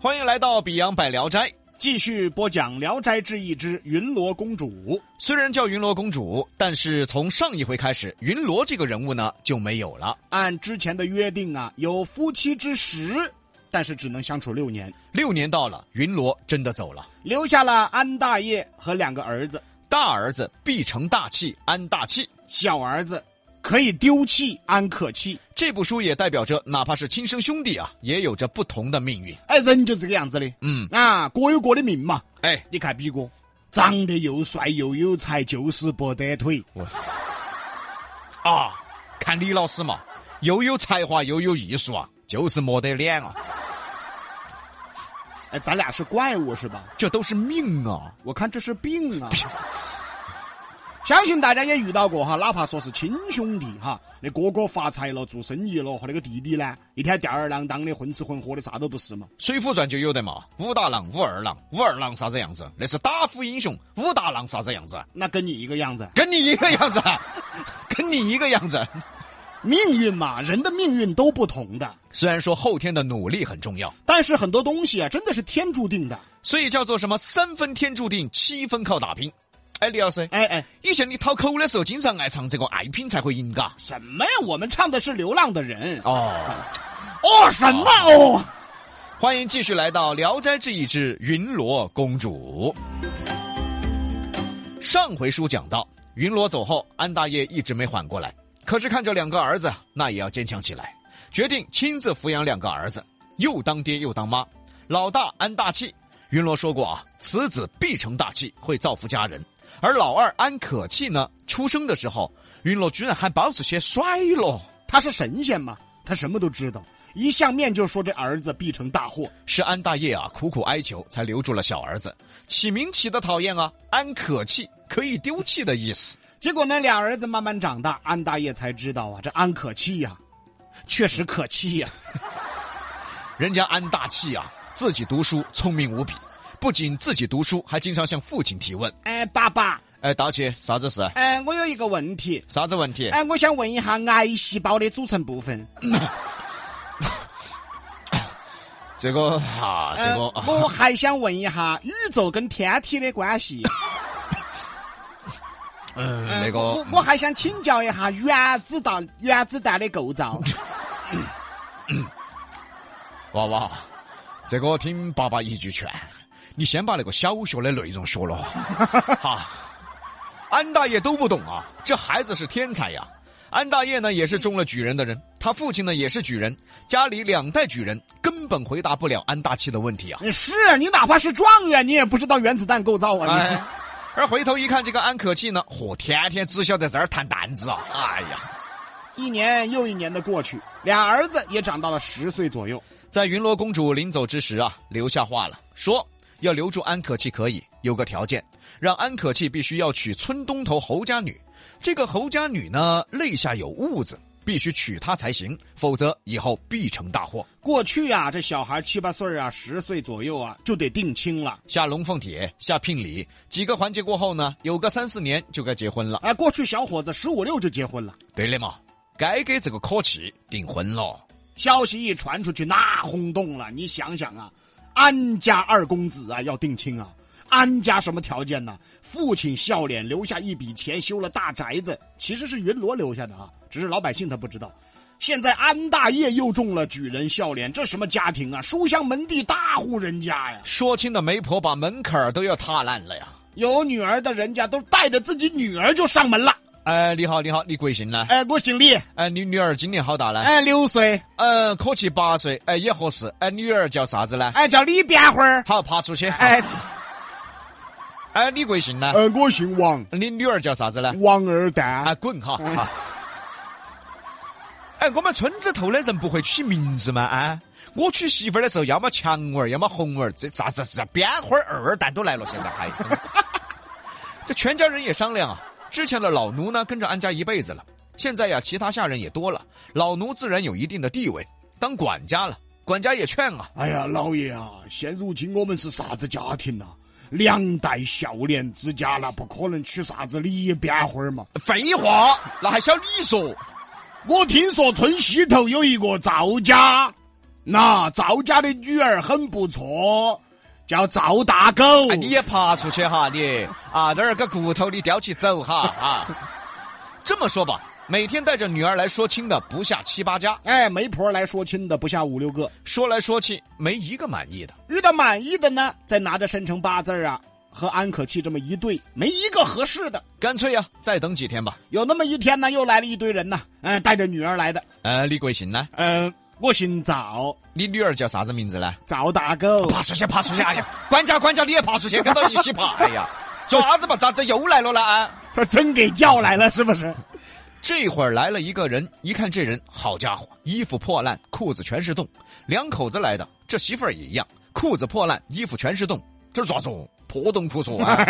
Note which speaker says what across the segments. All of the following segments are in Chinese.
Speaker 1: 欢迎来到《比洋百聊斋》。
Speaker 2: 继续播讲《聊斋志异》之云罗公主。
Speaker 1: 虽然叫云罗公主，但是从上一回开始，云罗这个人物呢就没有了。
Speaker 2: 按之前的约定啊，有夫妻之实，但是只能相处六年，
Speaker 1: 六年到了，云罗真的走了。
Speaker 2: 留下了安大业和两个儿子，
Speaker 1: 大儿子必成大器，安大器。
Speaker 2: 小儿子可以丢弃安可弃。
Speaker 1: 这部书也代表着，哪怕是亲生兄弟啊，也有着不同的命运。
Speaker 2: 哎，人就这个样子的，
Speaker 1: 嗯，
Speaker 2: 啊，各有各的命嘛。
Speaker 1: 哎，
Speaker 2: 你看比哥，长得又帅又有才，就是不得腿。
Speaker 1: 啊，看李老师嘛，又有才华又有艺术啊，就是没得脸啊，
Speaker 2: 哎，咱俩是怪物是吧？
Speaker 1: 这都是命啊。
Speaker 2: 我看这是病啊！相信大家也遇到过哈，哪怕说是亲兄弟哈，那哥哥发财了，做生意了，和那个弟弟呢，一天吊儿郎当的，混吃混喝的，啥都不是嘛。
Speaker 1: 《水浒传》就有的嘛，武大郎、武二郎，武二郎啥子样子？那是打虎英雄。武大郎啥子啊样子？
Speaker 2: 那跟你一个样子，
Speaker 1: 跟你一个样子， 跟你一个样子。
Speaker 2: 命运嘛，人的命运都不同的，
Speaker 1: 虽然说后天的努力很重要，
Speaker 2: 但是很多东西啊，真的是天注定的。
Speaker 1: 所以叫做什么三分天注定，七分靠打拼。哎，李老师，
Speaker 2: 哎哎，
Speaker 1: 以前你讨口的时候，经常爱唱这个“爱拼才会赢”嘎。
Speaker 2: 什么呀？我们唱的是《流浪的人》
Speaker 1: 哦，
Speaker 2: 哦，什么哦？
Speaker 1: 欢迎继续来到《聊斋志异》之云罗公主。上回书讲到，云罗走后，安大爷一直没缓过来，可是看着两个儿子，那也要坚强起来，决定亲自抚养两个儿子，又当爹又当妈。老大安大器，云罗说过啊，此子必成大器，会造福家人。而老二安可气呢，出生的时候，云罗居然还保持些衰落。
Speaker 2: 他是神仙嘛，他什么都知道，一相面就说这儿子必成大祸。
Speaker 1: 是安大业啊苦苦哀求才留住了小儿子，起名起的讨厌啊，安可弃可以丢弃的意思。
Speaker 2: 结果呢，俩儿子慢慢长大，安大爷才知道啊，这安可气呀、确实可气呀、
Speaker 1: 人家安大器啊，自己读书聪明无比，不仅自己读书，还经常向父亲提问。
Speaker 2: 哎，爸爸，
Speaker 1: 哎，大器，啥子事？
Speaker 2: 哎，我有一个问题，
Speaker 1: 啥子问题？
Speaker 2: 哎，我想问一下癌细胞的组成部分。
Speaker 1: 这个啊，这个
Speaker 2: 呃
Speaker 1: 啊，
Speaker 2: 我还想问一下宇宙跟天体的关系。
Speaker 1: 嗯，
Speaker 2: 呃
Speaker 1: 那
Speaker 2: 我
Speaker 1: 个
Speaker 2: 我还想请教一下原子弹原子弹的构造。
Speaker 1: 娃娃，这个听爸爸一句劝，你先把那个小学的内容学了。哈，安大爷都不懂啊，这孩子是天才呀。安大爷呢也是中了举人的人，他父亲呢也是举人，家里两代举人，根本回答不了安大器的问题啊。
Speaker 2: 是你哪怕是状元，你也不知道原子弹构造啊！你
Speaker 1: 哎，而回头一看，这个安可气呢，嚯，天天只晓得在这儿谈担子啊！哎呀，
Speaker 2: 一年又一年的过去，俩儿子也长到了十岁左右。
Speaker 1: 在云罗公主临走之时啊，留下话了，说要留住安可气可以，有个条件，让安可气必须要娶村东头侯家女。这个侯家女呢，肋下有痦子，必须娶她才行，否则以后必成大祸。
Speaker 2: 过去啊，这小孩七八岁啊，十岁左右啊，就得定亲了。
Speaker 1: 下龙凤帖，下聘礼，几个环节过后呢，有个三四年就该结婚了。
Speaker 2: 哎，过去小伙子十五六就结婚了，
Speaker 1: 对的嘛，该给这个可气订婚了。
Speaker 2: 消息一传出去，那轰动了。你想想啊，安家二公子啊要定亲啊，安家什么条件呢？父亲笑脸留下一笔钱，修了大宅子，其实是云罗留下的啊，只是老百姓他不知道。现在安大业又中了举人笑脸，这什么家庭啊？书香门第，大户人家呀。
Speaker 1: 说亲的媒婆把门槛儿都要踏烂了呀！
Speaker 2: 有女儿的人家都带着自己女儿就上门了。
Speaker 1: 哎，你好，你好，你贵姓呢？
Speaker 2: 哎，我姓李，
Speaker 1: 哎，你女儿今年好大呢？
Speaker 2: 哎，六岁，
Speaker 1: 嗯，可气八岁，哎，也合适。哎，女儿叫啥子呢？
Speaker 2: 哎，叫李边花儿。
Speaker 1: 好，爬出去。哎，
Speaker 2: 哎，
Speaker 1: 哎，你贵姓呢？
Speaker 2: 呃，我姓王，
Speaker 1: 你女儿叫啥子呢？
Speaker 2: 王二蛋
Speaker 1: 啊，。滚哈！哈哎，我们村子头的人不会取名字吗？啊，我娶媳妇儿的时候，要么强儿，要么红儿，这啥子这边花儿、二蛋都来了，现在还。这全家人也商量啊，之前的老奴呢跟着安家一辈子了，现在呀其他下人也多了，老奴自然有一定的地位，当管家了，管家也劝啊，
Speaker 2: 哎呀，老爷啊，现如今我们是啥子家庭呐、两代孝廉之家了，不可能娶啥子李边花儿嘛。
Speaker 1: 废话，那还小李说，
Speaker 2: 我听说村西头有一个赵家，那赵家的女儿很不错，叫赵大狗。
Speaker 1: 哎，你也爬出去哈，你啊，那儿个骨头你叼起走哈啊。这么说吧，每天带着女儿来说亲的不下七八家，
Speaker 2: 哎，媒婆来说亲的不下五六个，
Speaker 1: 说来说去没一个满意的。
Speaker 2: 遇到满意的呢，再拿着生辰八字啊和安可气这么一对，没一个合适的。
Speaker 1: 干脆呀、再等几天吧。
Speaker 2: 有那么一天呢，又来了一堆人呐，嗯、带着女儿来的，
Speaker 1: 呃，李贵行呢？
Speaker 2: 嗯、我姓赵，
Speaker 1: 你女儿叫啥子名字呢？
Speaker 2: 赵大狗。
Speaker 1: 爬出去，爬出去！哎呀，管家，管家，你也爬出去，跟到一起爬！哎呀，做啥子嘛？咋子又来了呢？啊，
Speaker 2: 他真给叫来了，是不是？
Speaker 1: 这会儿来了一个人，一看这人，好家伙，衣服破烂，裤子全是洞。两口子来的，这媳妇儿也一样，裤子破烂，衣服全是洞。这是咋说？破洞破说啊！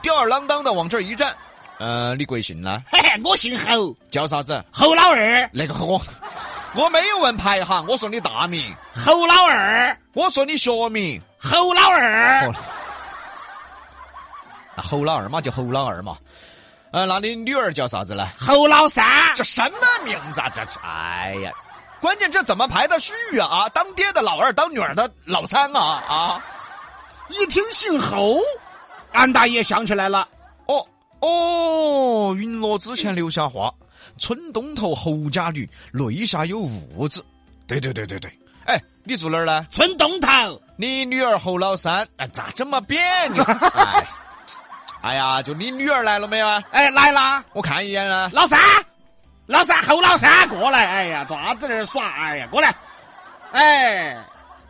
Speaker 1: 吊儿郎当的往这儿一站，呃，李贵行呢？
Speaker 2: 嘿嘿，我姓侯，
Speaker 1: 叫啥子？
Speaker 2: 侯老二，
Speaker 1: 那个我，我没有问排行，我说你大名，
Speaker 2: 侯老二，
Speaker 1: 我说你学名。
Speaker 2: 侯老二。
Speaker 1: 好了，那侯老二嘛就侯老二嘛。呃，那你女儿叫啥子呢？
Speaker 2: 侯老三，
Speaker 1: 这什么名字啊？这是，哎呀，关键这怎么排的序啊？啊，当爹的老二，当女儿的老三啊啊！
Speaker 2: 一听姓侯，安大爷想起来了，
Speaker 1: 哦哦，云落之前留下话：“村东头侯家女，泪下有兀子。”对对对对对，哎，你住哪儿呢？
Speaker 2: 村东头。
Speaker 1: 你女儿侯老三，哎，咋这么别扭？ 哎，哎呀，就你女儿来了没有啊？
Speaker 2: 哎，来啦，
Speaker 1: 我看一眼啊。
Speaker 2: 老三，老三，侯老三过来。哎呀，爪子在这儿耍。哎呀，过来。哎，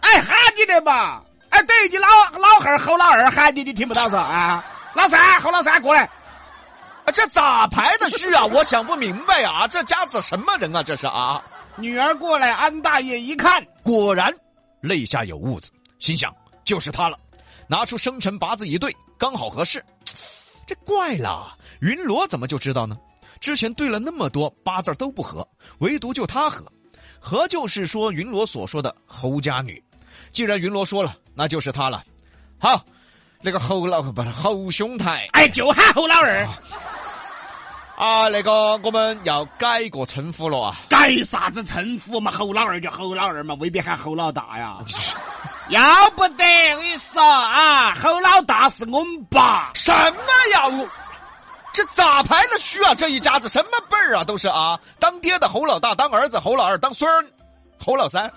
Speaker 2: 哎，喊你的嘛。哎，对你老老汉儿侯老二喊你，你听不到是吧？啊，老三，侯老三过来。
Speaker 1: 啊，这咋排的序啊？我想不明白呀、啊！这家子什么人啊？这是啊！
Speaker 2: 女儿过来，安大爷一看，
Speaker 1: 果然肋下有痦子，心想就是他了。拿出生辰八字一对，刚好合适。这怪了，云罗怎么就知道呢？之前对了那么多八字都不合，唯独就他合。合就是说云罗所说的侯家女。既然云罗说了，那就是他了。好，那个侯老不是侯兄台，
Speaker 2: 哎，就喊侯老二，
Speaker 1: 啊，那个我们要改个称呼了啊！
Speaker 2: 改啥子称呼嘛？侯老二就侯老二嘛，未必喊侯老大呀。要不得，我跟你说啊，侯老大是我们爸。
Speaker 1: 什么呀？我这咋排的序啊？这一家子什么辈儿啊？都是啊，当爹的侯老大，当儿子侯老二，当孙儿侯老三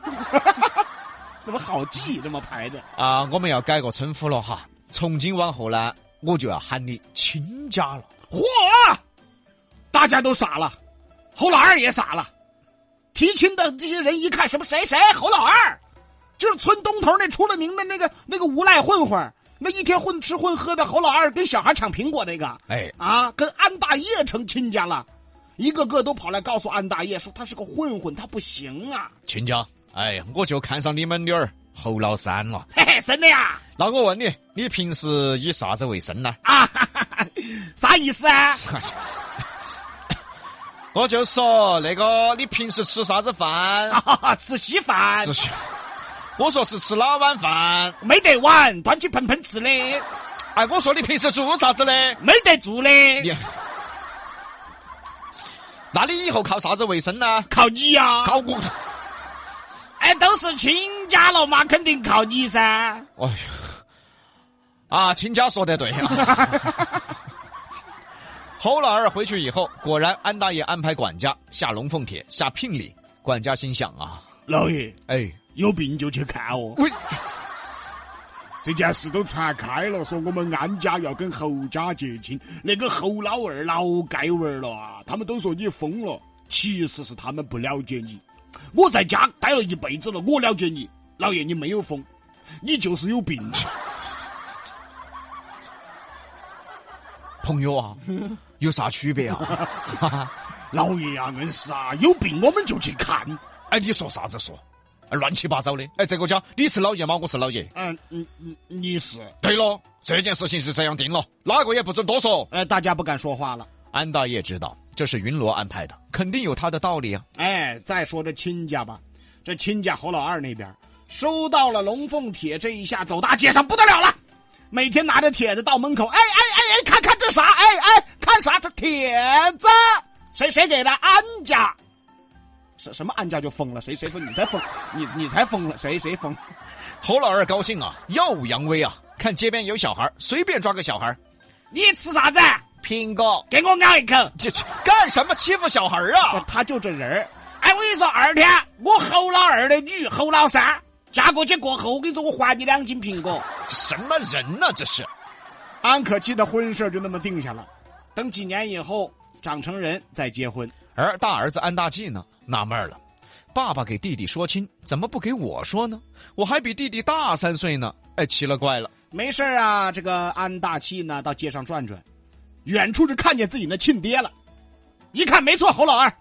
Speaker 2: 怎么好记这么排的？
Speaker 1: 啊！我们要改个称呼了哈，从今往后呢，我就要喊你亲家了。
Speaker 2: 嚯！大家都傻了，侯老二也傻了。提亲的这些人一看，什么谁谁侯老二，就是村东头那出了名的那个那个无赖混混，那一天混吃混喝的侯老二跟小孩抢苹果那个
Speaker 1: 哎，
Speaker 2: 啊，跟安大爷成亲家了。一个个都跑来告诉安大爷说他是个混混，他不行啊！
Speaker 1: 亲家，哎，我就看上你们女儿侯老三了。
Speaker 2: 嘿嘿，真的呀！
Speaker 1: 那我问你，你平时以啥子为生呢？
Speaker 2: 啊， 哈哈哈啥意思啊？
Speaker 1: 我就说那个，你平时吃啥子饭？
Speaker 2: 啊，吃稀饭
Speaker 1: 吃西我说是吃哪碗饭？
Speaker 2: 没得碗，端起盆盆吃的，
Speaker 1: 哎，我说你平时做啥子呢？
Speaker 2: 没得做的，
Speaker 1: 你，那你以后靠啥子为生啊呢？
Speaker 2: 靠你呀、
Speaker 1: 靠我！
Speaker 2: 哎，都是亲家了嘛，肯定靠你噻。
Speaker 1: 哎呀，啊，亲家说得对啊。 侯老二回去以后，果然安大爷安排管家下龙凤帖，下聘礼。管家心想啊，
Speaker 2: 老爷
Speaker 1: 哎，
Speaker 2: 有病就去看哦。
Speaker 1: 喂，
Speaker 2: 这件事都传开了，说我们安家要跟侯家结亲，那个侯老二老盖娃儿了啊，他们都说你疯了，其实是他们不了解你。我在家待了一辈子了，我了解你，老爷你没有疯，你就是有 病。
Speaker 1: 朋友啊，有啥区别啊？
Speaker 2: 老爷呀、硬是啊，有病我们就去看。
Speaker 1: 哎，你说啥子说？哎乱七八糟的。哎，这个家你是老爷吗？我是老爷。
Speaker 2: 嗯嗯嗯，你是？
Speaker 1: 对了，这件事情是这样定了，哪个也不准多说。
Speaker 2: 呃，大家不敢说话了。
Speaker 1: 安大爷知道这是云罗安排的，肯定有他的道理啊。
Speaker 2: 哎，再说这亲家吧，这亲家侯老二那边收到了龙凤帖，这一下走大街上不得了了，每天拿着帖子到门口，哎哎哎哎，看看这啥，哎哎，看啥这帖子，谁谁给的？安家，什什么安家就疯了？谁谁疯？你才疯，你你才疯了，谁谁疯？
Speaker 1: 侯老二高兴啊，耀武扬威啊！看街边有小孩，随便抓个小孩，
Speaker 2: 你吃啥子？
Speaker 1: 苹果，
Speaker 2: 给我咬一口！
Speaker 1: 这这干什么欺负小孩啊？
Speaker 2: 他就这人儿。哎，我跟你说，二天我侯老二的女侯老三嫁过去过后，我跟你说，我还你两斤苹果。
Speaker 1: 这什么人呢、这是，
Speaker 2: 安可期的婚事就那么定下了，等几年以后长成人再结婚。
Speaker 1: 而大儿子安大器呢，纳闷了，爸爸给弟弟说亲，怎么不给我说呢？我还比弟弟大三岁呢。哎，奇了怪了，
Speaker 2: 没事儿啊，这个安大器呢到街上转转，远处就看见自己那亲爹了，一看没错，侯老二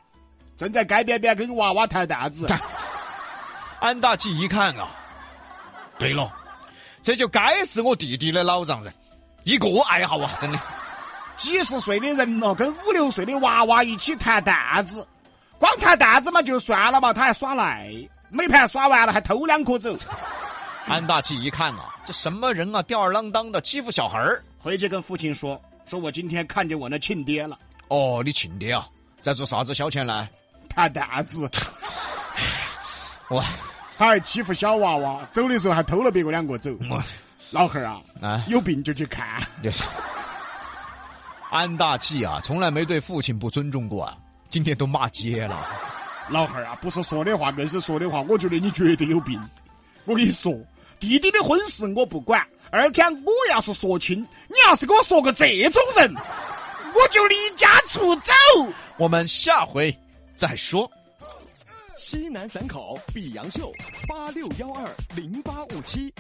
Speaker 2: 正在街边边跟娃娃谈单子。
Speaker 1: 安大器一看啊，对了，这就该是我弟弟的老丈人，一个爱好啊，真的。
Speaker 2: 几十岁的人了，跟五六岁的娃娃一起谈担子，光谈担子嘛就算了嘛，他还耍赖，每盘耍完了还偷两颗走，
Speaker 1: 安大器一看啊，这什么人啊，吊儿郎当的欺负小孩儿。
Speaker 2: 回去跟父亲说，说我今天看见我那亲爹了，
Speaker 1: 哦，你亲爹啊，在做啥子消遣呢？
Speaker 2: 谈担子，
Speaker 1: 我
Speaker 2: 他还欺负小娃娃，走的时候还偷了别个两个走。
Speaker 1: 我
Speaker 2: 老汉儿啊，
Speaker 1: 哎，
Speaker 2: 有病就去看。
Speaker 1: 就是安大器啊，从来没对父亲不尊重过啊，今天都骂街了。
Speaker 2: 老汉儿啊，不是说的话，硬是说的话，我觉得你绝对有病。我跟你说，弟弟的婚事我不管，二天我要是说亲，你要是给我说个这种人，我就离家出走。
Speaker 1: 我们下回再说。
Speaker 3: 西南散口碧阳秀八六幺二零八五七。